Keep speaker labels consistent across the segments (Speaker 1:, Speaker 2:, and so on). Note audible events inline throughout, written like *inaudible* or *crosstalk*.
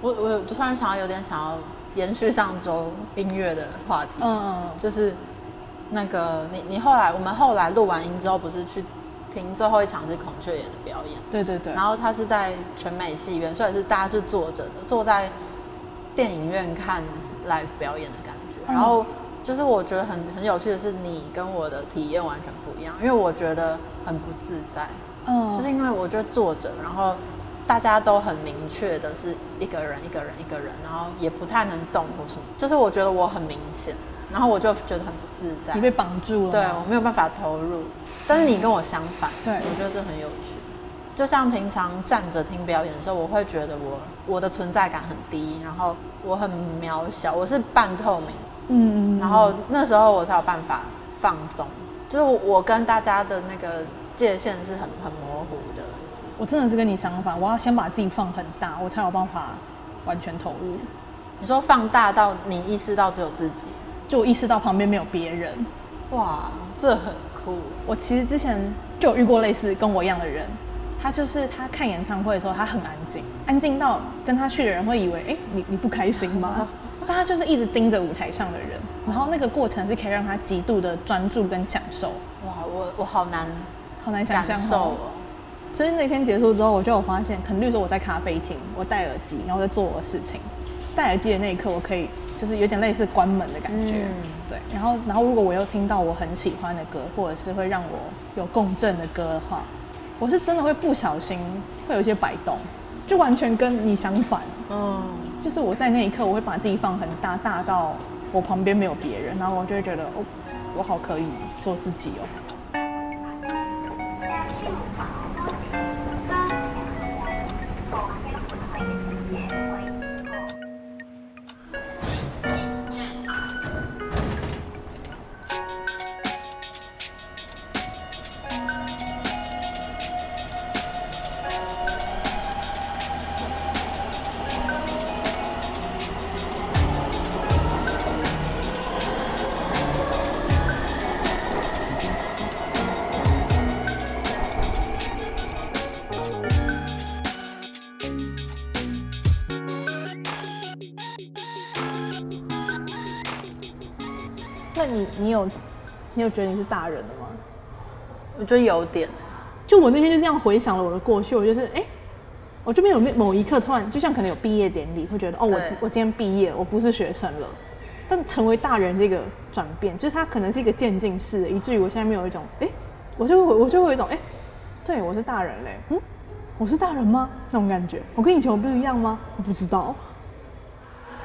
Speaker 1: 我我有突然想要有点想要延续上周音乐的话题，
Speaker 2: 嗯，
Speaker 1: 就是那个你你后来我们后来录完音之后，不是去听最后一场是孔雀眼的表演，
Speaker 2: 对对对，
Speaker 1: 然后它是在全美戏院，所以是大家是坐着的，坐在电影院看 live 表演的感觉。
Speaker 2: 嗯
Speaker 1: 然后就是我觉得很很有趣的是，你跟我的体验完全不一样，因为我觉得很不自在，
Speaker 2: 嗯，
Speaker 1: 就是因为我觉得坐着，然后大家都很明确的是一个人一个人一个人，然后也不太能动或什么，就是我觉得我很明显，然后我就觉得很不自在
Speaker 2: 你，被绑住了，
Speaker 1: 对我没有办法投入。但是你跟我相反，
Speaker 2: 对
Speaker 1: 我觉得这很有趣。就像平常站着听表演的时候，我会觉得我我的存在感很低，然后我很渺小，我是半透明，
Speaker 2: 嗯，嗯嗯，
Speaker 1: 然后那时候我才有办法放松，就是我我跟大家的那个界限是很很模糊的。
Speaker 2: 我真的是跟你相反，我要先把自己放很大，我才有办法完全投入。
Speaker 1: 你说放大到你意识到只有自己，
Speaker 2: 就我意识到旁边没有别人。
Speaker 1: 哇，这很酷。
Speaker 2: 我其实之前就有遇过类似跟我一样的人，他就是他看演唱会的时候，他很安静，安静到跟他去的人会以为，哎、你你不开心
Speaker 1: *laughs*
Speaker 2: 吗？但他就是一直盯着舞台上的人，然后那个过程是可以让他极度的专注跟享受，
Speaker 1: 哇，我我好难
Speaker 2: 好难想
Speaker 1: 感
Speaker 2: 象哦
Speaker 1: 受哦。
Speaker 2: 所以那天结束之后，我就有发现，可能例如说我在咖啡厅，我戴耳机，然后在做我的事情。戴耳机的那一刻，我可以就是有点类似关门的感觉，
Speaker 1: 嗯
Speaker 2: 对。然后，然后如果我又听到我很喜欢的歌，或者是会让我有共振的歌的话，我是真的会不小心会有一些摆动，就完全跟你相反。
Speaker 1: 嗯，
Speaker 2: 就是我在那一刻，我会把自己放很大，大到我旁边没有别人，然后我就会觉得，哦，我好可以做自己哦。那你你有你有觉得你是大人了吗？
Speaker 1: 我觉得有点
Speaker 2: 就我那天就这样回想了我的过去，我就是哎、诶我这边有那某一刻突然，就像可能有毕业典礼，会觉得哦，我
Speaker 1: 对
Speaker 2: 今我今天毕业，我不是学生了。但成为大人这个转变，就是它可能是一个渐进式的，以至于我现在没有一种哎、诶我就会我就会有一种哎、诶对我是大人嘞，嗯，我是大人吗？那种感觉，我跟以前我不一样吗？我不知道。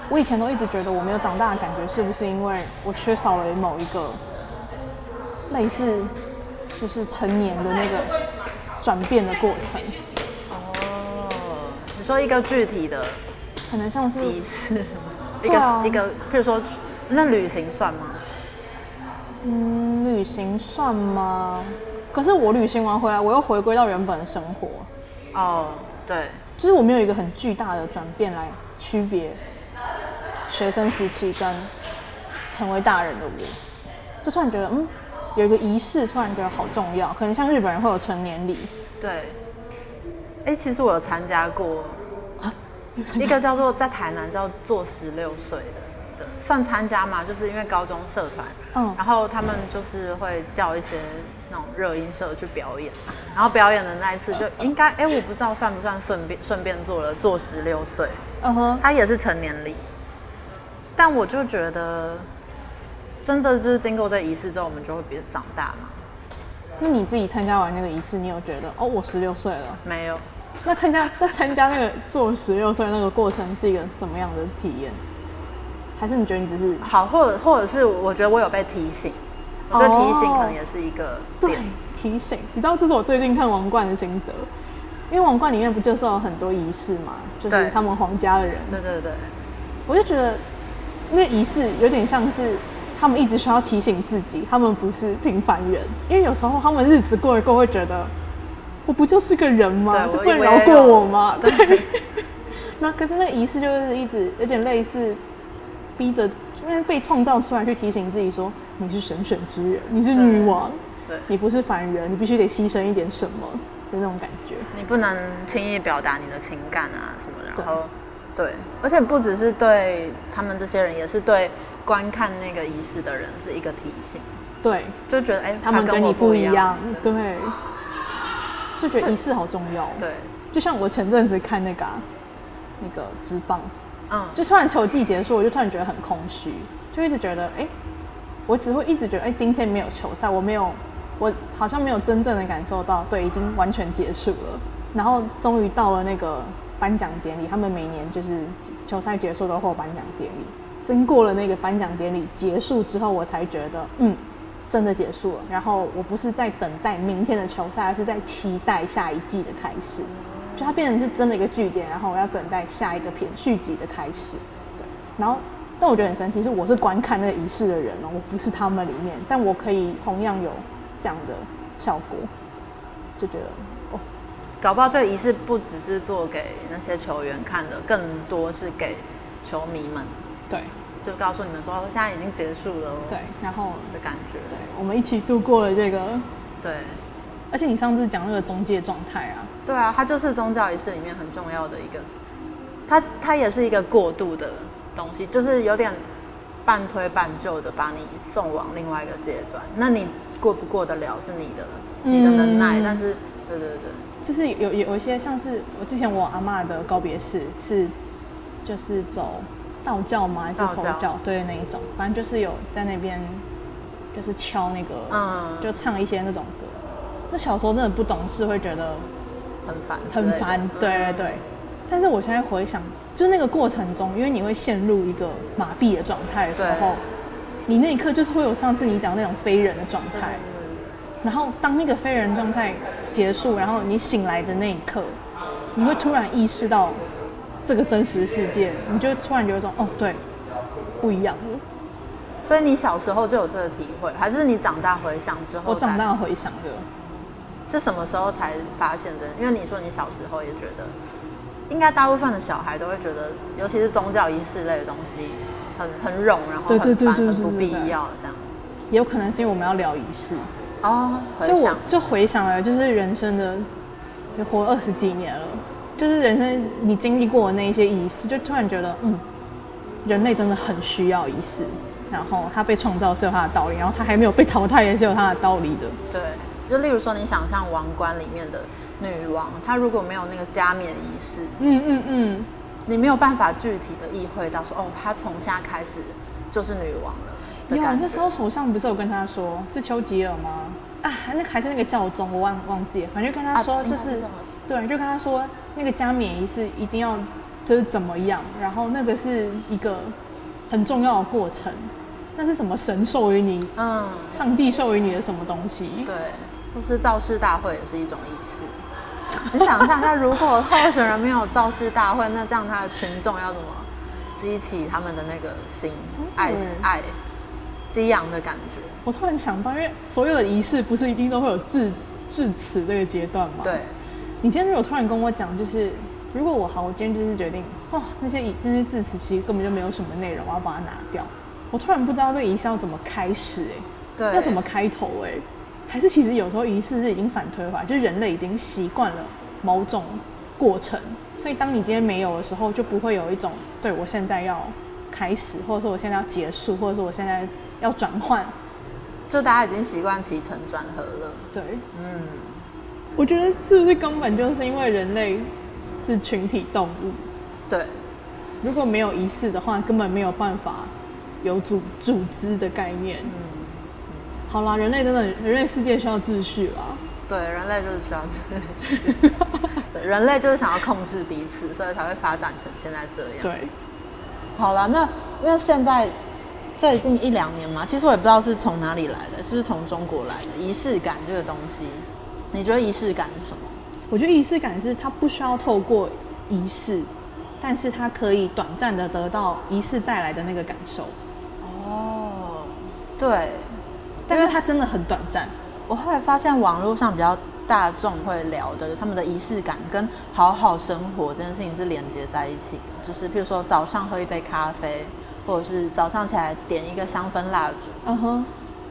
Speaker 2: 我以前都一直觉得我没有长大的感觉，是不是因为我缺少了某一个类似就是成年的那个转变的过程？
Speaker 1: 哦。你说一个具体的
Speaker 2: 可能像是
Speaker 1: 仪式，一
Speaker 2: 对
Speaker 1: 个、
Speaker 2: 啊
Speaker 1: 一个，譬如说，那旅行算吗？
Speaker 2: 嗯，旅行算吗？可是我旅行完回来，我又回归到原本的生活，
Speaker 1: 哦，对，
Speaker 2: 就是我没有一个很巨大的转变来区别学生时期跟成为大人的我，就突然觉得嗯，有一个仪式突然觉得好重要，可能像日本人会有成年礼，
Speaker 1: 对。哎、其实我有参加 *laughs* 过一个叫做在台南叫做十六岁的的，算参加嘛，就是因为高中社团，
Speaker 2: 嗯
Speaker 1: 然后他们就是会叫一些那种热音社去表演，然后表演的那一次就应该，哎、我不知道算不算顺便顺便做了做十六岁，
Speaker 2: 嗯哼，
Speaker 1: 它也是成年礼，但我就觉得，真的就是经过这仪式之后，我们就会比较长大嘛？
Speaker 2: 那你自己参加完那个仪式，你有觉得哦，我十六岁了？
Speaker 1: 没有，
Speaker 2: 那参加 *laughs* 那参加那个做十六岁那个过程是一个怎么样的体验？还是你觉得你只是
Speaker 1: 好，或者或者是我觉得我有被提醒，我觉得提醒可能也是一个
Speaker 2: 对
Speaker 1: 点，
Speaker 2: 提醒？你知道这是我最近看《王冠》的心得，因为《王冠》里面不就是有很多仪式嘛，就是
Speaker 1: 对
Speaker 2: 他们皇家的人，
Speaker 1: 对对对，
Speaker 2: 我就觉得那个仪式有点像是他们一直需要提醒自己，他们不是平凡人，因为有时候他们日子过一过会觉得，我不就是个人吗？
Speaker 1: 对
Speaker 2: 就
Speaker 1: 我
Speaker 2: 不能
Speaker 1: 我
Speaker 2: 饶
Speaker 1: 也
Speaker 2: 过
Speaker 1: 有
Speaker 2: 我
Speaker 1: *laughs*
Speaker 2: 吗？
Speaker 1: 对
Speaker 2: 对。 *laughs* 那可是那个仪式就是一直有点类似。逼着，因为被创造出来去提醒自己说，你是神选之人，你是女
Speaker 1: 对
Speaker 2: 王，
Speaker 1: 对
Speaker 2: 你不是凡人，你必须得牺牲一点什么的那种感觉。
Speaker 1: 你不能轻易表达你的情感啊什么的，
Speaker 2: 对
Speaker 1: 然后对，而且不只是对他们这些人，也是对观看那个仪式的人是一个提醒，
Speaker 2: 对
Speaker 1: 就觉得哎、
Speaker 2: 他们
Speaker 1: 跟
Speaker 2: 跟你
Speaker 1: 我
Speaker 2: 不
Speaker 1: 一
Speaker 2: 一样，
Speaker 1: 对
Speaker 2: 对，就觉得仪式好重要。
Speaker 1: 对，
Speaker 2: 就像我前阵子看那个啊、那个直棒，
Speaker 1: 嗯，
Speaker 2: 就突然球季结束，我就突然觉得很空虚，就一直觉得，哎、我只会一直觉得，哎、今天没有球赛，我没有，我好像没有真正的感受到，对，已经完全结束了。然后终于到了那个颁奖典礼，他们每年就是球赛结束都会有颁奖典礼。经过了那个颁奖典礼结束之后，我才觉得，嗯，真的结束了。然后我不是在等待明天的球赛，而是在期待下一季的开始。就它变成是真的一个据点，然后我要等待下一个片续集的开始。对，然后但我觉得很神奇，是我是观看那个仪式的人哦，我不是他们里面，但我可以同样有这样的效果，就觉得哦，
Speaker 1: 搞不好这个仪式不只是做给那些球员看的，更多是给球迷们，
Speaker 2: 对
Speaker 1: 就告诉你们说哦现在已经结束了哦，
Speaker 2: 对，然后
Speaker 1: 的感觉，
Speaker 2: 对，我们一起度过了这个，
Speaker 1: 对
Speaker 2: 而且你上次讲那个中介状态啊，
Speaker 1: 对啊，它就是宗教仪式里面很重要的一个，它它也是一个过渡的东西，就是有点半推半就的把你送往另外一个阶段。那你过不过得了是你的你的能耐，
Speaker 2: 嗯
Speaker 1: 但是对对对，
Speaker 2: 就是有有有一些像是我之前我阿嬷的告别式是就是走道教吗还是佛
Speaker 1: 道教
Speaker 2: 对那一种，反正就是有在那边就是敲那个，
Speaker 1: 嗯
Speaker 2: 就唱一些那种歌。那小时候真的不懂事，会觉得
Speaker 1: 很烦之类
Speaker 2: 很
Speaker 1: 的，
Speaker 2: 烦
Speaker 1: 嗯，
Speaker 2: 对对对。但是我现在回想，就那个过程中，因为你会陷入一个麻痹的状态的时候
Speaker 1: 对，
Speaker 2: 你那一刻就是会有上次你讲那种非人的状态，然后当那个非人状态结束，然后你醒来的那一刻，你会突然意识到这个真实世界，你就突然有一种哦，对，不一样了。
Speaker 1: 所以你小时候就有这个体会，还是你长大回想之后？
Speaker 2: 我长大回想的，
Speaker 1: 是什么时候才发现的？因为你说你小时候也觉得，应该大部分的小孩都会觉得，尤其是宗教仪式类的东西，很很冗，然后
Speaker 2: 对对
Speaker 1: 很
Speaker 2: 对
Speaker 1: 烦，
Speaker 2: 对
Speaker 1: 很
Speaker 2: 对
Speaker 1: 不
Speaker 2: 对
Speaker 1: 必
Speaker 2: 对
Speaker 1: 要这样。
Speaker 2: 也有可能是因为我们要聊仪式，
Speaker 1: 哦，
Speaker 2: 所以
Speaker 1: 回
Speaker 2: 我
Speaker 1: 想
Speaker 2: 就回想了，就是人生的也活二十几年了，就是人生你经历过的那一些仪式，就突然觉得，嗯，人类真的很需要仪式。然后它被创造是有它的道理，然后它还没有被淘汰也是有它的道理的。
Speaker 1: 对，就例如说你想象《王冠》里面的女王，她如果没有那个加冕仪式，
Speaker 2: 嗯嗯嗯，
Speaker 1: 你没有办法具体的意会到说，哦，她从现在开始就是女王了的
Speaker 2: 有啊
Speaker 1: 感
Speaker 2: 那
Speaker 1: 觉。
Speaker 2: 时候首相不是有跟他说是丘吉尔吗？啊，那个还是那个教宗，我忘忘记了。反正就跟他
Speaker 1: 啊
Speaker 2: 说，
Speaker 1: 应
Speaker 2: 就
Speaker 1: 该
Speaker 2: 是、
Speaker 1: 是这样
Speaker 2: 对，就跟他说那个加冕仪式一定要就是怎么样，然后那个是一个很重要的过程，那是什么神授予你，
Speaker 1: 嗯，
Speaker 2: 上帝授予你的什么东西？
Speaker 1: 对，或是造势大会也是一种仪式。你想象一下，如果候选人没有造势大会，那这样他的群众要怎么激起他们的那个心
Speaker 2: 真的
Speaker 1: 爱
Speaker 2: 耶
Speaker 1: 爱激昂的感觉？
Speaker 2: 我突然想到，因为所有的仪式不是一定都会有致致辞这个阶段吗？
Speaker 1: 对，
Speaker 2: 你今天如果突然跟我讲，就是如果我好，我今天就是决定，哦，那些仪那些字词其实根本就没有什么内容，我要把它拿掉。我突然不知道这个仪式要怎么开始、哎，
Speaker 1: 对，
Speaker 2: 要怎么开头、哎，还是其实有时候仪式是已经反推回来，就是人类已经习惯了某种过程，所以当你今天没有的时候，就不会有一种对我现在要开始，或者说我现在要结束，或者说我现在要转换，
Speaker 1: 就大家已经习惯起承转合了。
Speaker 2: 对，
Speaker 1: 嗯，
Speaker 2: 我觉得是不是根本就是因为人类是群体动物？
Speaker 1: 对，
Speaker 2: 如果没有仪式的话，根本没有办法有组组织的概念。
Speaker 1: 嗯，
Speaker 2: 好啦，人类真的，人类世界需要秩序啦。
Speaker 1: 对，人类就是需要秩序， *laughs* 对人类就是想要控制彼此，所以才会发展成现在这样。
Speaker 2: 对，
Speaker 1: 好了，那因为现在最近一两年嘛，其实我也不知道是从哪里来的，是不是从中国来的仪式感这个东西？你觉得仪式感是什么？
Speaker 2: 我觉得仪式感是它不需要透过仪式，但是它可以短暂的得到仪式带来的那个感受，
Speaker 1: 哦，对，
Speaker 2: 但是它真的很短暂。
Speaker 1: 我后来发现网络上比较大众会聊的，他们的仪式感跟好好生活这件事情是连接在一起的，就是譬如说早上喝一杯咖啡，或者是早上起来点一个香氛蜡烛。
Speaker 2: 嗯哼，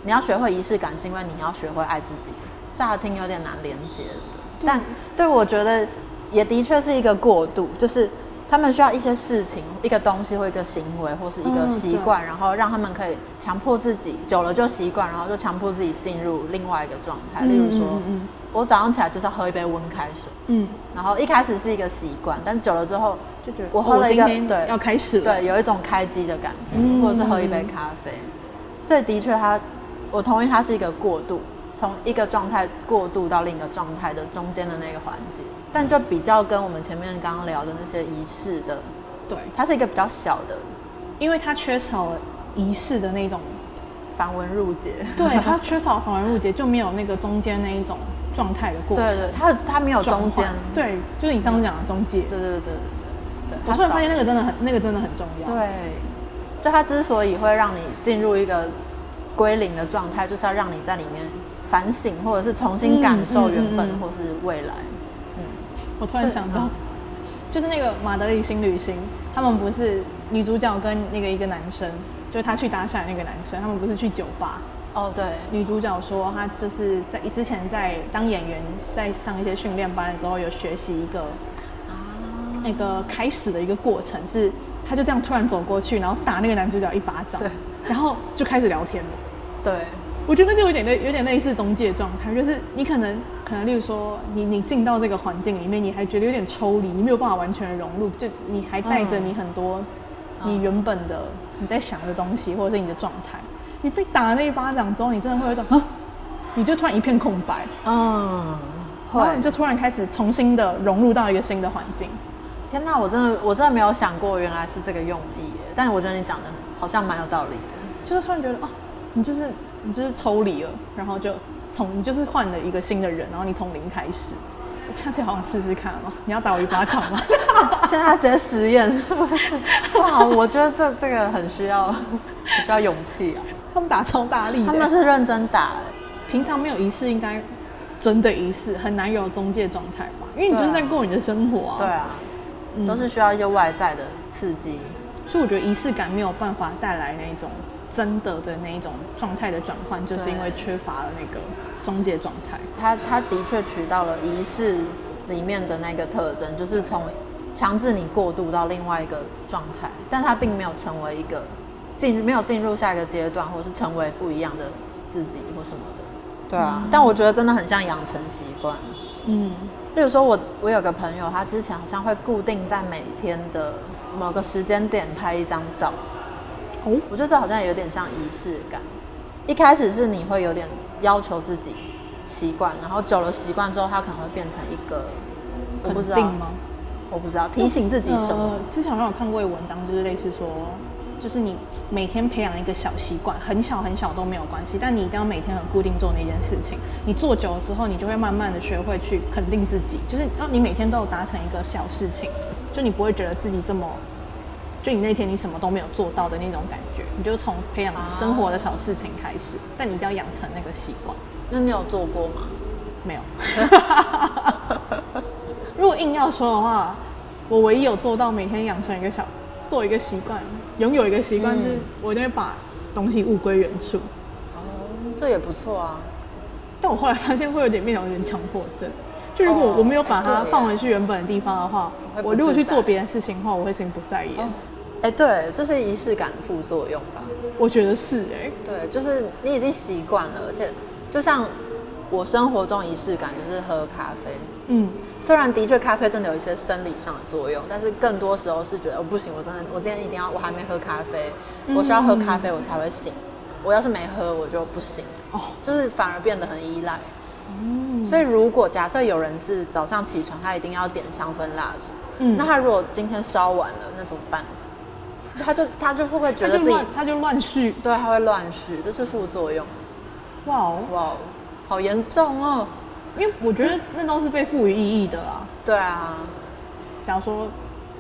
Speaker 1: 你要学会仪式感，是因为你要学会爱自己。乍听有点难连接的，但对我觉得也的确是一个过渡，就是他们需要一些事情、一个东西或一个行为或是一个
Speaker 2: 嗯
Speaker 1: 习惯，然后让他们可以强迫自己，久了就习惯，然后就强迫自己进入另外一个状态。例如说，
Speaker 2: 嗯嗯
Speaker 1: 我早上起来就是要喝一杯温开水，
Speaker 2: 嗯，
Speaker 1: 然后一开始是一个习惯，但久了之后
Speaker 2: 就觉得
Speaker 1: 我
Speaker 2: 哦
Speaker 1: 喝了一
Speaker 2: 今
Speaker 1: 个
Speaker 2: 天
Speaker 1: 对
Speaker 2: 要开始了，
Speaker 1: 对，有一种开机的感觉，
Speaker 2: 嗯
Speaker 1: 或者是喝一杯咖啡。所以的确它，我同意它是一个过渡，从一个状态过渡到另一个状态的中间的那个环节，但就比较跟我们前面刚刚聊的那些仪式的，
Speaker 2: 对，
Speaker 1: 它是一个比较小的
Speaker 2: 因为它缺少了仪式的那种，
Speaker 1: 繁文缛节。
Speaker 2: *laughs* 对，它缺少繁文缛节，就没有那个中间那一种状态的过
Speaker 1: 对
Speaker 2: 程，
Speaker 1: 对，它它没有
Speaker 2: 转
Speaker 1: 中间
Speaker 2: 换，对，就是你上次讲的中介，
Speaker 1: 对对对对对对，
Speaker 2: 我
Speaker 1: 它
Speaker 2: 突然
Speaker 1: 少
Speaker 2: 发现那个真的很，那个真的很重要，
Speaker 1: 对，就它之所以会让你进入一个归零的状态，就是要让你在里面反省，或者是重新感受原本
Speaker 2: 嗯嗯嗯嗯
Speaker 1: 或是未来。
Speaker 2: 我突然想
Speaker 1: 是
Speaker 2: 到
Speaker 1: 嗯，
Speaker 2: 就是那个马德里新旅行，他们不是女主角跟那个一个男生，就是他去搭讪那个男生，他们不是去酒吧。
Speaker 1: 哦，对，
Speaker 2: 女主角说，她就是在之前在当演员，在上一些训练班的时候，有学习一个
Speaker 1: 啊，
Speaker 2: 那个开始的一个过程，是她就这样突然走过去，然后打那个男主角一巴掌
Speaker 1: 对，
Speaker 2: 然后就开始聊天了。
Speaker 1: 对，
Speaker 2: 我觉得就有点类有点类似中介状态，就是你可能可能，例如说你你进到这个环境里面，你还觉得有点抽离，你没有办法完全的融入，就你还带着
Speaker 1: 嗯
Speaker 2: 你很多
Speaker 1: 嗯
Speaker 2: 你原本的你在想的东西，或者是你的状态。你被打了那一巴掌之后，你真的会有一种啊，你就突然一片空白，
Speaker 1: 嗯，
Speaker 2: 然后
Speaker 1: 会
Speaker 2: 你。就突然开始重新的融入到一个新的环境。
Speaker 1: 天哪，我真的我真的没有想过原来是这个用意耶，但我觉得你讲的好像蛮有道理的。 *laughs*
Speaker 2: 就是突然觉得哦，你就是你就是抽离了，然后就从你就是换了一个新的人，然后你从零开始。我下次好想试试看哦， *laughs* 你要打我一巴掌吗？
Speaker 1: 现在直接实验，是不 *laughs* 是？哇，我觉得这这个很需要很需要勇气啊！
Speaker 2: *laughs* 他们打超大力的，
Speaker 1: 他们是认真打耶，
Speaker 2: 平常没有仪式，应该真的仪式很难有中介状态吧？因为你就是在过你的生活啊。
Speaker 1: 对啊。
Speaker 2: 嗯
Speaker 1: 都是需要一些外在的刺激。
Speaker 2: 所以我觉得仪式感没有办法带来那一种真的的那一种状态的转换，就是因为缺乏了那个中介状态。
Speaker 1: 它它的确取到了仪式里面的那个特征，就是从强制你过渡到另外一个状态，但它并没有成为一个进没有进入下一个阶段，或是成为不一样的自己或什么的。对啊，但我觉得真的很像养成习惯。
Speaker 2: 嗯，
Speaker 1: 例如说我，我有个朋友，他之前好像会固定在每天的某个时间点拍一张照，
Speaker 2: 哦，
Speaker 1: 我觉得这好像有点像仪式感。一开始是你会有点要求自己习惯，然后久了习惯之后，它可能会变成一个我不知
Speaker 2: 肯
Speaker 1: 道
Speaker 2: 定，吗？
Speaker 1: 我不知道提醒自己什么
Speaker 2: 呃。之前好像有看过一个文章，就是类似说，就是你每天培养一个小习惯，很小很小都没有关系，但你一定要每天很固定做那件事情。你做久了之后，你就会慢慢的学会去肯定自己，就是让你每天都有达成一个小事情，就你不会觉得自己这么。就你那天你什么都没有做到的那种感觉，你就从培养
Speaker 1: 啊
Speaker 2: 生活的小事情开始，但你一定要养成那个习惯。
Speaker 1: 那你有做过吗？
Speaker 2: 没有。 *laughs* 如果硬要说的话，我唯一有做到每天养成一个小做一个习惯，拥有一个习惯
Speaker 1: 嗯
Speaker 2: 是，我一定会把东西物归原处。
Speaker 1: 哦，这也不错啊。
Speaker 2: 但我后来发现会有点变成有点强迫症，就如果
Speaker 1: 哦
Speaker 2: 我没有把
Speaker 1: 哎
Speaker 2: 它
Speaker 1: 对耶
Speaker 2: 放回去原本的地方的话，
Speaker 1: 会不
Speaker 2: 我如果
Speaker 1: 自
Speaker 2: 去
Speaker 1: 在
Speaker 2: 做别的事情的话，我会心不在焉。
Speaker 1: 哦，哎，对，这是仪式感的副作用吧？
Speaker 2: 我觉得是哎、
Speaker 1: 对，就是你已经习惯了，而且就像我生活中仪式感就是喝咖啡，
Speaker 2: 嗯，
Speaker 1: 虽然的确咖啡真的有一些生理上的作用，但是更多时候是觉得哦不行，我真的我今天一定要我还没喝咖啡，我需要喝咖啡我才会醒，我要是没喝我就不醒，
Speaker 2: 哦，
Speaker 1: 就是反而变得很依赖。
Speaker 2: 嗯，
Speaker 1: 所以如果假设有人是早上起床他一定要点香氛蜡烛，
Speaker 2: 嗯
Speaker 1: 那他如果今天烧完了那怎么办？就他就他就是会觉
Speaker 2: 他
Speaker 1: 得
Speaker 2: 就
Speaker 1: 自己
Speaker 2: 乱，他就乱续，
Speaker 1: 对他会乱续，这是副作用。
Speaker 2: 哇哦，
Speaker 1: 哇哦，好严重哦。
Speaker 2: 因为我觉得那都是被赋予意义的啊。
Speaker 1: 对啊，
Speaker 2: 假如说，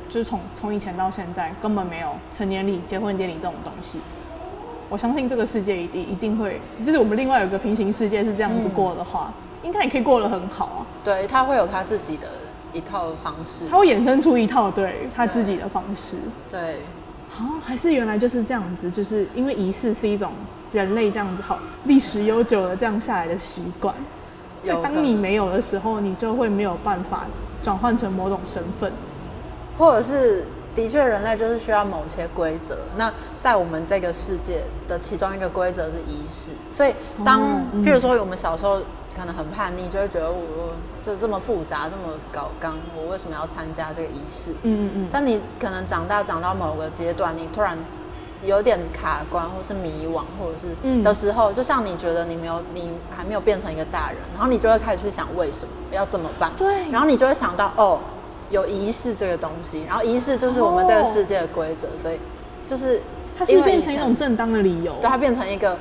Speaker 2: 就是从从以前到现在，根本没有成年礼、结婚典礼这种东西。我相信这个世界一定一定会，就是我们另外有个平行世界是这样子过的话，
Speaker 1: 嗯
Speaker 2: 应该也可以过得很好啊。
Speaker 1: 对他会有他自己的一套方式。
Speaker 2: 他会衍生出一套对他自己的方式。
Speaker 1: 对。
Speaker 2: 啊，还是原来就是这样子，就是因为仪式是一种人类这样子好历史悠久的这样下来的习惯，所以
Speaker 1: 有可
Speaker 2: 当
Speaker 1: 能
Speaker 2: 你没有的时候，你就会没有办法转换成某种身份。
Speaker 1: 或者是的确人类就是需要某些规则。那在我们这个世界的其中一个规则是仪式，所以当、
Speaker 2: 哦嗯
Speaker 1: 譬如说我们小时候可能很叛逆，就会觉得我我这这么复杂，这么搞纲，我为什么要参加这个仪式？
Speaker 2: 嗯嗯嗯，
Speaker 1: 但你可能长大长到某个阶段，你突然有点卡关，或是迷惘，或者
Speaker 2: 嗯
Speaker 1: 是的时候，就像你觉得你没有，你还没有变成一个大人，然后你就会开始去想为什么要怎么办，
Speaker 2: 对
Speaker 1: 然后你就会想到哦，有仪式这个东西，然后仪式就是我们这个
Speaker 2: 哦
Speaker 1: 世界的规则，所以就是
Speaker 2: 它是
Speaker 1: 因为
Speaker 2: 变
Speaker 1: 以
Speaker 2: 成一
Speaker 1: 前
Speaker 2: 种正当的理由
Speaker 1: 对，啊它变成一个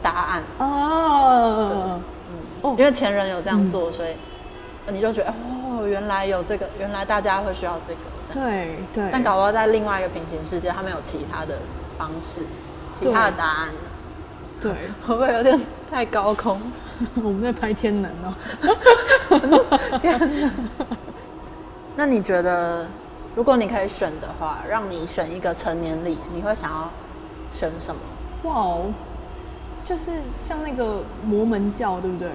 Speaker 1: 答案，嗯
Speaker 2: 哦，哦嗯
Speaker 1: 因为前人有这样做，所以你就觉得哦，原来有这个，原来大家会需要这个，这样
Speaker 2: 对对，
Speaker 1: 但搞不好在另外一个平行世界，他们有其他的方式、其他的答案，
Speaker 2: 对， *laughs*
Speaker 1: 会不会有点太高 *laughs* 空？
Speaker 2: 我们在拍天能
Speaker 1: *laughs*
Speaker 2: 哦，
Speaker 1: 天哪！那你觉得，如果你可以选的话，让你选一个成年礼，你会想要选什么？
Speaker 2: 哇哦，就是像那个摩门教，对不对？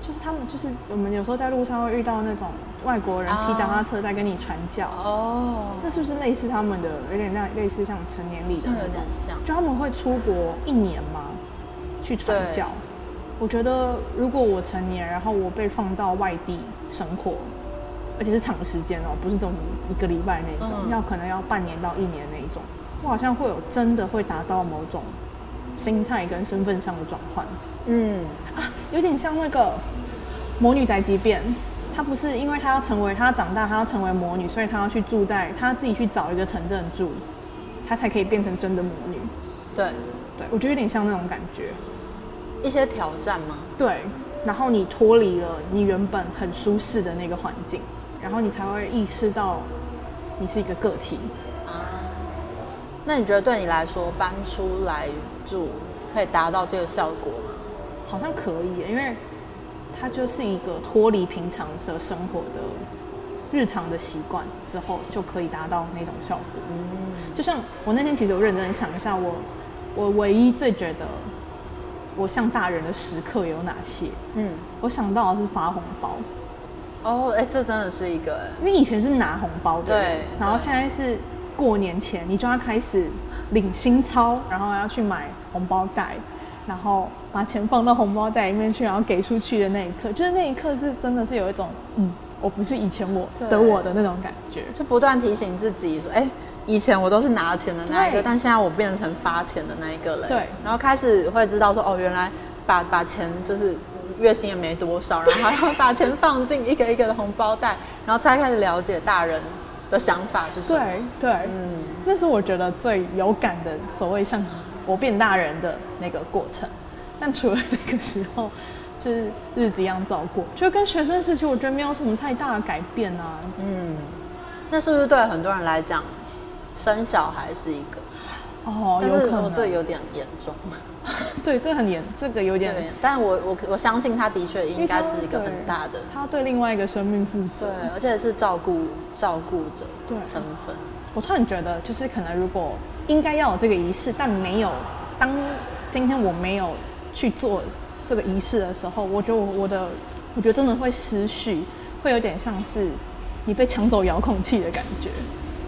Speaker 2: 就是他们，就是我们有时候在路上会遇到那种外国人骑脚踏车在跟你传教，
Speaker 1: 哦，
Speaker 2: 那是不是类似他们的，有点那类似像成年礼的
Speaker 1: 像
Speaker 2: 那
Speaker 1: 有
Speaker 2: 种
Speaker 1: 点？像，
Speaker 2: 就他们会出国一年吗？去传
Speaker 1: 对
Speaker 2: 教？我觉得如果我成年，然后我被放到外地生活，而且是长时间哦，不是这种一个礼拜那一种，
Speaker 1: 嗯
Speaker 2: 要可能要半年到一年那一种，我好像会有真的会达到某种心态跟身份上的转换
Speaker 1: 嗯，
Speaker 2: 啊，有点像那个《魔女宅急便》。她不是因为她要成为，她要长大，她要成为魔女，所以她要去住在，她自己去找一个城镇住，她才可以变成真的魔女。
Speaker 1: 对，
Speaker 2: 对，我觉得有点像那种感觉。
Speaker 1: 一些挑战吗？
Speaker 2: 对，然后你脱离了你原本很舒适的那个环境，然后你才会意识到你是一个个体。
Speaker 1: 啊，那你觉得对你来说搬出来住可以达到这个效果吗？
Speaker 2: 好像可以耶，因为它就是一个脱离平常的生活的日常的习惯之后，就可以达到那种效果。
Speaker 1: 嗯，
Speaker 2: 就像我那天其实有认真地想一下我，我唯一最觉得我像大人的时刻有哪些？
Speaker 1: 嗯，
Speaker 2: 我想到的是发红包。
Speaker 1: 哦，哎、这真的是一个、哎
Speaker 2: 因为以前是拿红包的人，
Speaker 1: 对
Speaker 2: 然后
Speaker 1: 对
Speaker 2: 现在是过年前你就要开始领新钞，然后要去买红包袋，然后把钱放到红包袋里面去，然后给出去的那一刻，就是那一刻是真的是有一种嗯，我不是以前我
Speaker 1: 对
Speaker 2: 的我的那种感觉。
Speaker 1: 就不断提醒自己说，哎、以前我都是拿钱的那一
Speaker 2: 对
Speaker 1: 个，但现在我变成发钱的那一个人。
Speaker 2: 对
Speaker 1: 然后开始会知道说，哦，原来把把钱就是月薪也没多少，然后还要 *laughs* 把钱放进一个一个的红包袋，然后才开始了解大人的想法是什么。
Speaker 2: 对对，
Speaker 1: 嗯，
Speaker 2: 那是我觉得最有感的所谓像我变大人的那个过程。但除了那个时候，就是日子一样照过，就跟学生时期我觉得没有什么太大的改变啊。
Speaker 1: 嗯，那是不是对很多人来讲，生小孩是一个？
Speaker 2: 哦，
Speaker 1: 但
Speaker 2: 有
Speaker 1: 是
Speaker 2: 可
Speaker 1: 我
Speaker 2: 能
Speaker 1: 这有点严
Speaker 2: *laughs*
Speaker 1: 重。
Speaker 2: 对，这个很严，这个有点，
Speaker 1: 对，但我我我相信他的确
Speaker 2: 因为
Speaker 1: 应该
Speaker 2: 他
Speaker 1: 是一个
Speaker 2: 对
Speaker 1: 很大的。
Speaker 2: 他对另外一个生命负责
Speaker 1: 对。，而且是照顾照顾者
Speaker 2: 对
Speaker 1: 身份。
Speaker 2: 我突然觉得，就是可能如果应该要有这个仪式，但没有，当今天我没有去做这个仪式的时候，我觉得我我的，我觉得真的会失序，会有点像是你被抢走遥控器的感觉，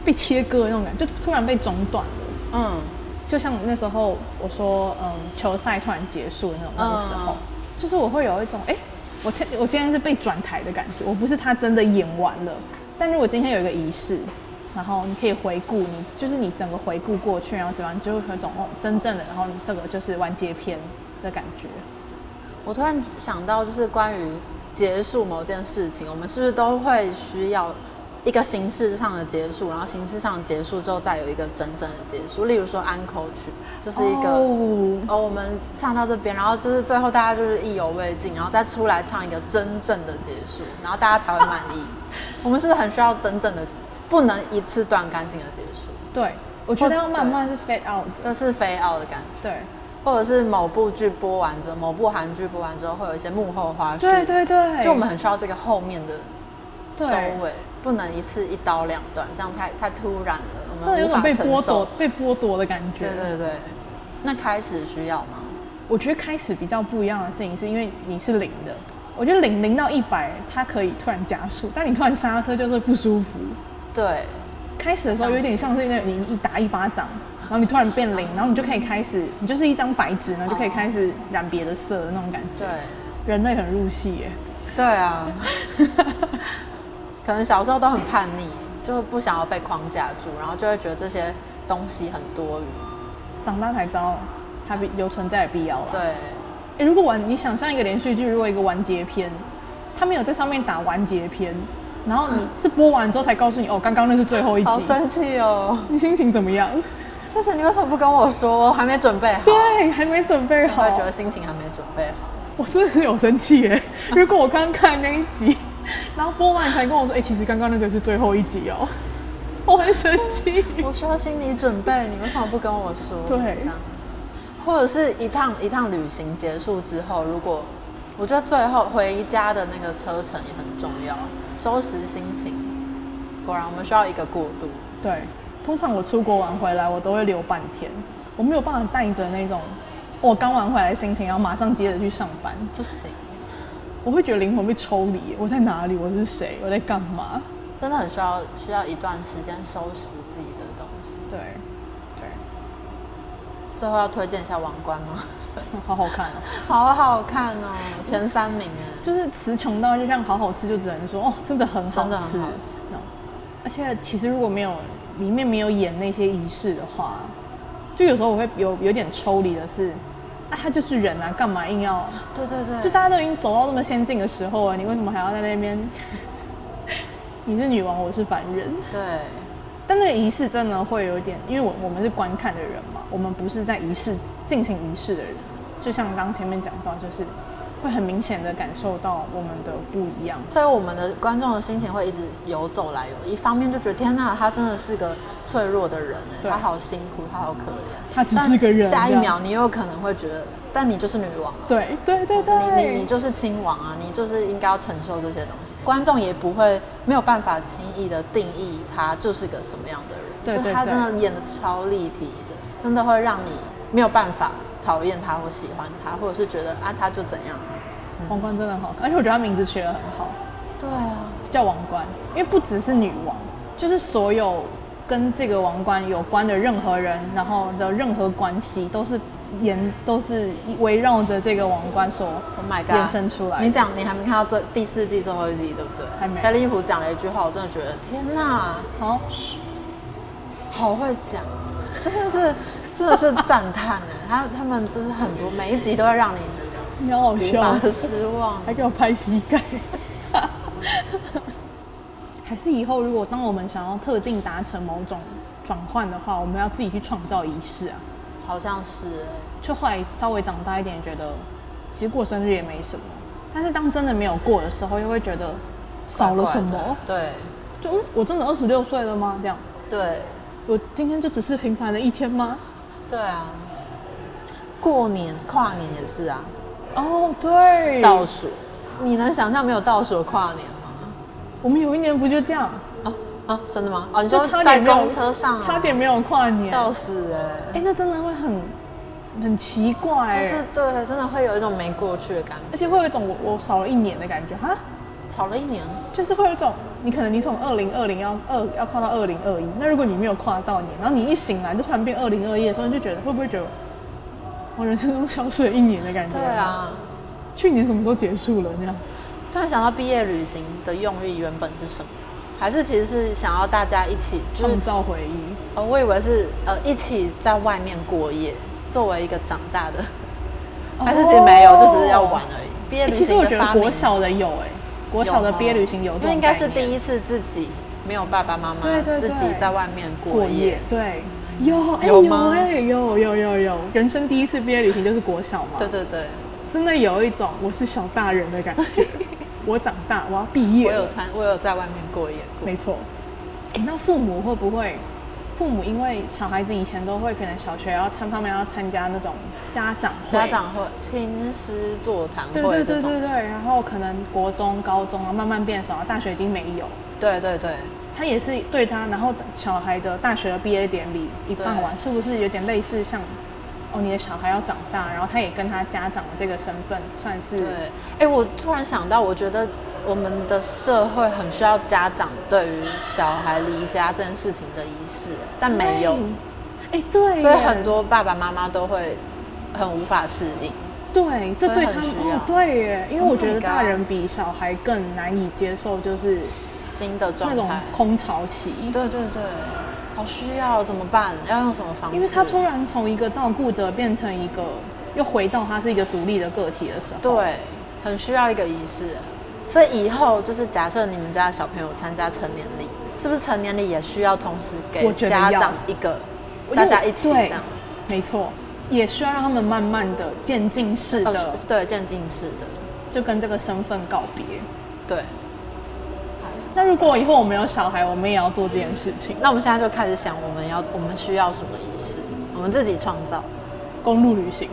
Speaker 2: 被切割的那种感觉，就突然被中断了。
Speaker 1: 嗯，
Speaker 2: 就像那时候我说，嗯，球赛突然结束的那种那个时候，
Speaker 1: 嗯
Speaker 2: 就是我会有一种，哎、我今我今天是被转台的感觉，我不是他真的演完了。但如果今天有一个仪式，然后你可以回顾你，就是你整个回顾过去，然后怎么样，就会有一种哦，真正的，然后这个就是完结篇的感觉。
Speaker 1: 我突然想到，就是关于结束某件事情，我们是不是都会需要一个形式上的结束，然后形式上的结束之后再有一个真正的结束？例如说安口曲，就是一个哦
Speaker 2: 哦
Speaker 1: 我们唱到这边，然后就是最后大家就是意犹未尽，然后再出来唱一个真正的结束，然后大家才会满意。我们是不是很需要真正的，不能一次断干净的结束？
Speaker 2: 对，我觉得
Speaker 1: 哦
Speaker 2: 要慢慢是 fade out 的，
Speaker 1: 这是非奥的感觉。
Speaker 2: 对，
Speaker 1: 或者是某部剧播完之后，某部韩剧播完之后，会有一些幕后花絮。
Speaker 2: 对对对，
Speaker 1: 就我们很需要这个后面的收
Speaker 2: 对
Speaker 1: 尾，不能一次一刀两断，这样太太突然了，我
Speaker 2: 真
Speaker 1: 们无
Speaker 2: 的有种
Speaker 1: 法
Speaker 2: 被
Speaker 1: 承
Speaker 2: 剥
Speaker 1: 受
Speaker 2: 夺。、被剥夺的感觉。
Speaker 1: 对对对，那开始需要吗？
Speaker 2: 我觉得开始比较不一样的事情，是因为你是零的。我觉得零零到一百，它可以突然加速，但你突然刹车就是不舒服。
Speaker 1: 对，
Speaker 2: 开始的时候有点像是那个你一打一巴掌，然后你突然变零，然后你就可以开始，你就是一张白纸，然后就可以开始染别的色的那种感觉。
Speaker 1: 对，
Speaker 2: 人类很入戏耶。
Speaker 1: 对
Speaker 2: *laughs*
Speaker 1: 啊，可能小时候都很叛逆，就不想要被框架住，然后就会觉得这些东西很多余。
Speaker 2: 长大才知道它必有存在的必要了。
Speaker 1: 对，
Speaker 2: 诶如果完你想象一个连续剧，如果一个完结篇，他没有在上面打完结篇，然后你是播完之后才告诉你哦，刚刚那是最后一
Speaker 1: 好
Speaker 2: 集，
Speaker 1: 生气哦！
Speaker 2: 你心情怎么样？
Speaker 1: 就是你为什么不跟我说？我还没准备好。
Speaker 2: 对，还没准备
Speaker 1: 我
Speaker 2: 好
Speaker 1: 会，觉得心情还没准备好。
Speaker 2: 我真的是有生气耶！如果我刚看那一集，然后播完才跟我说，哎、其实刚刚那个是最后一集哦， *laughs* 我很生气。
Speaker 1: 我需要心理准备，你为什么不跟我说？
Speaker 2: 对
Speaker 1: 这样，或者是一趟一趟旅行结束之后，如果我觉得最后回家的那个车程也很重要，收拾心情。果然，我们需要一个过渡。
Speaker 2: 对，通常我出国玩回来，我都会留半天，我没有办法带着那种我刚玩回来的心情，然后马上接着去上班，
Speaker 1: 不行，
Speaker 2: 我会觉得灵魂被抽离耶，我在哪里？我是谁？我在干嘛？
Speaker 1: 真的很需要需要一段时间收拾自己的东西。
Speaker 2: 对，对，
Speaker 1: 最后要推荐一下《王冠》吗？ *laughs*
Speaker 2: 好好看哦。
Speaker 1: 好好看哦，前三名哎，
Speaker 2: 就是词穷到就像好好吃，就只能说哦，真的很好
Speaker 1: 真的
Speaker 2: 吃。
Speaker 1: 很好吃
Speaker 2: 那种而且其实如果没有里面没有演那些仪式的话，就有时候我会有有点抽离的是，啊，他就是人啊，干嘛硬要？
Speaker 1: 对对对，
Speaker 2: 就大家都已经走到这么先进的时候啊了，你为什么还要在那边？ *laughs* 你是女王，我是凡人。
Speaker 1: 对，
Speaker 2: 但那个仪式真的会有点，因为我我们是观看的人嘛，我们不是在仪式进行仪式的人。就像刚前面讲到，就是会很明显的感受到我们的不一样。
Speaker 1: 所以我们的观众的心情会一直游走来游，一方面就觉得天呐，他真的是个脆弱的人哎，
Speaker 2: 对
Speaker 1: 他好辛苦，他好可怜，
Speaker 2: 他只是个人
Speaker 1: 但下一
Speaker 2: 这样
Speaker 1: 秒你有可能会觉得，但你就是女王啊，
Speaker 2: 对对对
Speaker 1: 你你
Speaker 2: 对
Speaker 1: 你，就是亲王啊，你就是应该要承受这些东西。观众也不会没有办法轻易的定义他就是个什么样的人，
Speaker 2: 对对
Speaker 1: 就他
Speaker 2: 对
Speaker 1: 真的演的超立体的，真的会让你没有办法讨厌他或喜欢他，或者是觉得啊他就怎样。
Speaker 2: 王冠真的很好看，而且我觉得他名字取得很好，
Speaker 1: 对啊，
Speaker 2: 叫王冠，因为不只是女王，就是所有跟这个王冠有关的任何人，然后的任何关系都是沿都是围绕着这个王冠所
Speaker 1: Oh my god！
Speaker 2: 衍生出来的
Speaker 1: 你讲你还没看到这第四季最后一集对不对？
Speaker 2: 还没
Speaker 1: 菲利普讲了一句话，我真的觉得天哪，
Speaker 2: 好。
Speaker 1: 好会讲，啊真的 *laughs* 是真的是赞叹哎！他他们就是很多每一集都会让你
Speaker 2: 你好好
Speaker 1: 无
Speaker 2: 笑
Speaker 1: 法
Speaker 2: 哦，
Speaker 1: 失望。 *laughs*
Speaker 2: 还给我拍膝盖。 *laughs* 还是以后如果当我们想要特定达成某种转换的话，我们要自己去创造仪式啊。
Speaker 1: 好像是哎，
Speaker 2: 就后来稍微长大一点，觉得其实过生日也没什么，但是当真的没有过的时候，又会觉得少了什么。
Speaker 1: 怪怪的
Speaker 2: 就嗯我真的二十六岁了吗？这样，
Speaker 1: 对对
Speaker 2: 我今天就只是平凡的一天吗？
Speaker 1: 对啊，过年跨年也是啊，
Speaker 2: 哦，对，
Speaker 1: 倒数，嗯你能想象没有倒数的跨年吗？
Speaker 2: 我们有一年不就这样，
Speaker 1: 啊啊，真的吗？啊，你
Speaker 2: 就
Speaker 1: 说
Speaker 2: 差
Speaker 1: 在
Speaker 2: 点没有
Speaker 1: 公车上啊，
Speaker 2: 差点没有跨年，
Speaker 1: 笑死哎！
Speaker 2: 哎、那真的会很很奇怪、欸，
Speaker 1: 就是对，真的会有一种没过去的感觉。
Speaker 2: 而且会有一种我我少了一年的感觉哈，
Speaker 1: 吵了一年，
Speaker 2: 就是会有一种你可能你从二零二零要二要跨到二零二一，那如果你没有跨到年，然后你一醒来就突然变二零二一的时候，你就觉得会不会觉得我人生中消失了一年的感觉？
Speaker 1: 对，啊。
Speaker 2: 去年什么时候结束了那样？
Speaker 1: 突然想到毕业旅行的用意原本是什么？还是其实是想要大家一起，就是
Speaker 2: 创造回忆，
Speaker 1: 呃，我以为是呃一起在外面过夜，作为一个长大的，还是其实没有，就只是要玩而已。毕业
Speaker 2: 欸
Speaker 1: 旅
Speaker 2: 哦其实
Speaker 1: 行
Speaker 2: 我
Speaker 1: 的
Speaker 2: 觉
Speaker 1: 发
Speaker 2: 得
Speaker 1: 明
Speaker 2: 国小的有哎、国小的毕业旅行有这
Speaker 1: 就
Speaker 2: 种
Speaker 1: 应该是
Speaker 2: 概念
Speaker 1: 第一次自己没有爸爸妈妈，
Speaker 2: 对对对
Speaker 1: 自己在外面过
Speaker 2: 过
Speaker 1: 夜
Speaker 2: 夜，，对，有哎、
Speaker 1: 有
Speaker 2: 有
Speaker 1: 吗
Speaker 2: 哎、有有有有，人生第一次毕业旅行就是国小嘛，
Speaker 1: 对对对，
Speaker 2: 真的有一种我是小大人的感 *laughs* 觉，我长大我要毕
Speaker 1: 我
Speaker 2: 业
Speaker 1: 有
Speaker 2: 了，
Speaker 1: 参，我有在外面过夜过，
Speaker 2: 没错。哎、那父母会不会？父母因为小孩子以前都会，可能小学要参，他们要参加那种家长会，
Speaker 1: 家长会亲师座谈
Speaker 2: 对
Speaker 1: 会
Speaker 2: 对
Speaker 1: 这
Speaker 2: 对对
Speaker 1: 种，
Speaker 2: 对，然后可能国中、高中，然啊后慢慢变少，大学已经没有。
Speaker 1: 对对对，
Speaker 2: 他也是对他，然后小孩的大学的毕业典礼一
Speaker 1: 对
Speaker 2: 办完，是不是有点类似像哦，你的小孩要长大，然后他也跟他家长的这个身份算是
Speaker 1: 对，哎、我突然想到，我觉得我们的社会很需要家长对于小孩离家这件事情的仪式，但没有，
Speaker 2: 对。哎，对耶，
Speaker 1: 所以很多爸爸妈妈都会很无法适应。
Speaker 2: 对，这
Speaker 1: 所以
Speaker 2: 对
Speaker 1: 很
Speaker 2: 他们
Speaker 1: 需要
Speaker 2: 哦，对耶，因为
Speaker 1: Oh
Speaker 2: 我觉
Speaker 1: my
Speaker 2: 得
Speaker 1: God
Speaker 2: 大人比小孩更难以接受，就是
Speaker 1: 新的状
Speaker 2: 那种
Speaker 1: 态。
Speaker 2: 空巢期。
Speaker 1: 对对对，好需要，怎么办？要用什么方式？
Speaker 2: 因为他突然从一个照顾者变成一个，又回到他是一个独立的个体的时候，
Speaker 1: 对，很需要一个仪式。所以以后就是假设你们家的小朋友参加成年礼，是不是成年礼也需要同时给
Speaker 2: 我觉得
Speaker 1: 家
Speaker 2: 要
Speaker 1: 长一个，
Speaker 2: 我
Speaker 1: 大
Speaker 2: 觉得
Speaker 1: 家一起这
Speaker 2: 对
Speaker 1: 样？
Speaker 2: 没错，也需要让他们慢慢的渐进式
Speaker 1: 哦
Speaker 2: 的、
Speaker 1: 是对，渐进式的，
Speaker 2: 就跟这个身份告别。
Speaker 1: 对。
Speaker 2: 那如果以后我们有小孩，我们也要做这件事情。
Speaker 1: 那我们现在就开始想，我们要我们需要什么仪式，我们自己创造，
Speaker 2: 公路旅行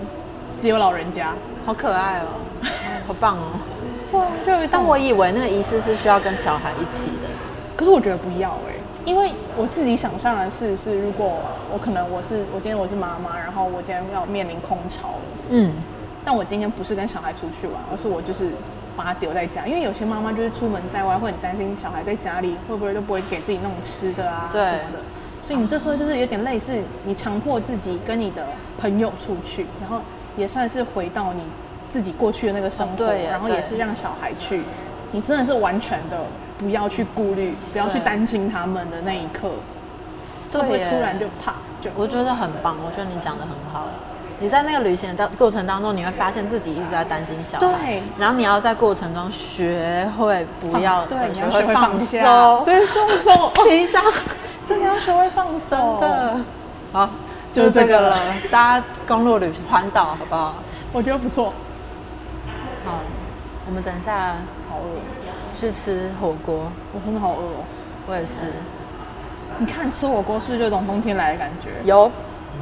Speaker 2: 只有老人家，
Speaker 1: 好可爱哦，好棒哦！
Speaker 2: *laughs* 对啊，就有一
Speaker 1: 但
Speaker 2: 种
Speaker 1: 我以为那个仪式是需要跟小孩一起的，
Speaker 2: 可是我觉得不要哎、因为我自己想象的是，是如果我可能我是我今天我是妈妈，然后我今天要面临空巢了，
Speaker 1: 嗯，
Speaker 2: 但我今天不是跟小孩出去玩，而是我就是把他丢在家，因为有些妈妈就是出门在外会很担心小孩在家里会不会就不会给自己弄吃的啊
Speaker 1: 对
Speaker 2: 什么的，所以你这时候就是有点类似你强迫自己跟你的朋友出去，然后也算是回到你自己过去的那个生活，
Speaker 1: 哦对耶
Speaker 2: 然后
Speaker 1: 对
Speaker 2: 也是让小孩去，你真的是完全的不要去顾虑，不要去
Speaker 1: 对
Speaker 2: 担心他们的那一刻，会不会
Speaker 1: 耶
Speaker 2: 突然就啪就
Speaker 1: 我觉得很棒，我觉得你讲的很好。你在那个旅行的过程当中，你会发现自己一直在担心小孩，
Speaker 2: 对
Speaker 1: 然后你要在过程中学会不
Speaker 2: 放
Speaker 1: 要，
Speaker 2: 对，你
Speaker 1: 学
Speaker 2: 要学会放
Speaker 1: *laughs*
Speaker 2: 下，
Speaker 1: 松，
Speaker 2: 对，放手。
Speaker 1: 第
Speaker 2: *laughs*
Speaker 1: 一张
Speaker 2: 真的要学会放手，
Speaker 1: 真的，好，
Speaker 2: 哦就是这个了。
Speaker 1: 大家公路旅行环岛好不好？
Speaker 2: 我觉得不错。
Speaker 1: 好，我们等一下
Speaker 2: 好饿，
Speaker 1: 去吃火锅，
Speaker 2: 我真的好饿哦。
Speaker 1: 我也是
Speaker 2: 你看吃火锅是不是就有种冬天来的感觉？
Speaker 1: 有，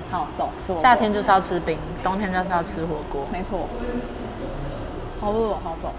Speaker 2: 好，走吃火锅。
Speaker 1: 夏天就是要吃冰，冬天就是要吃火锅。
Speaker 2: 没错。好饿、哦，好走。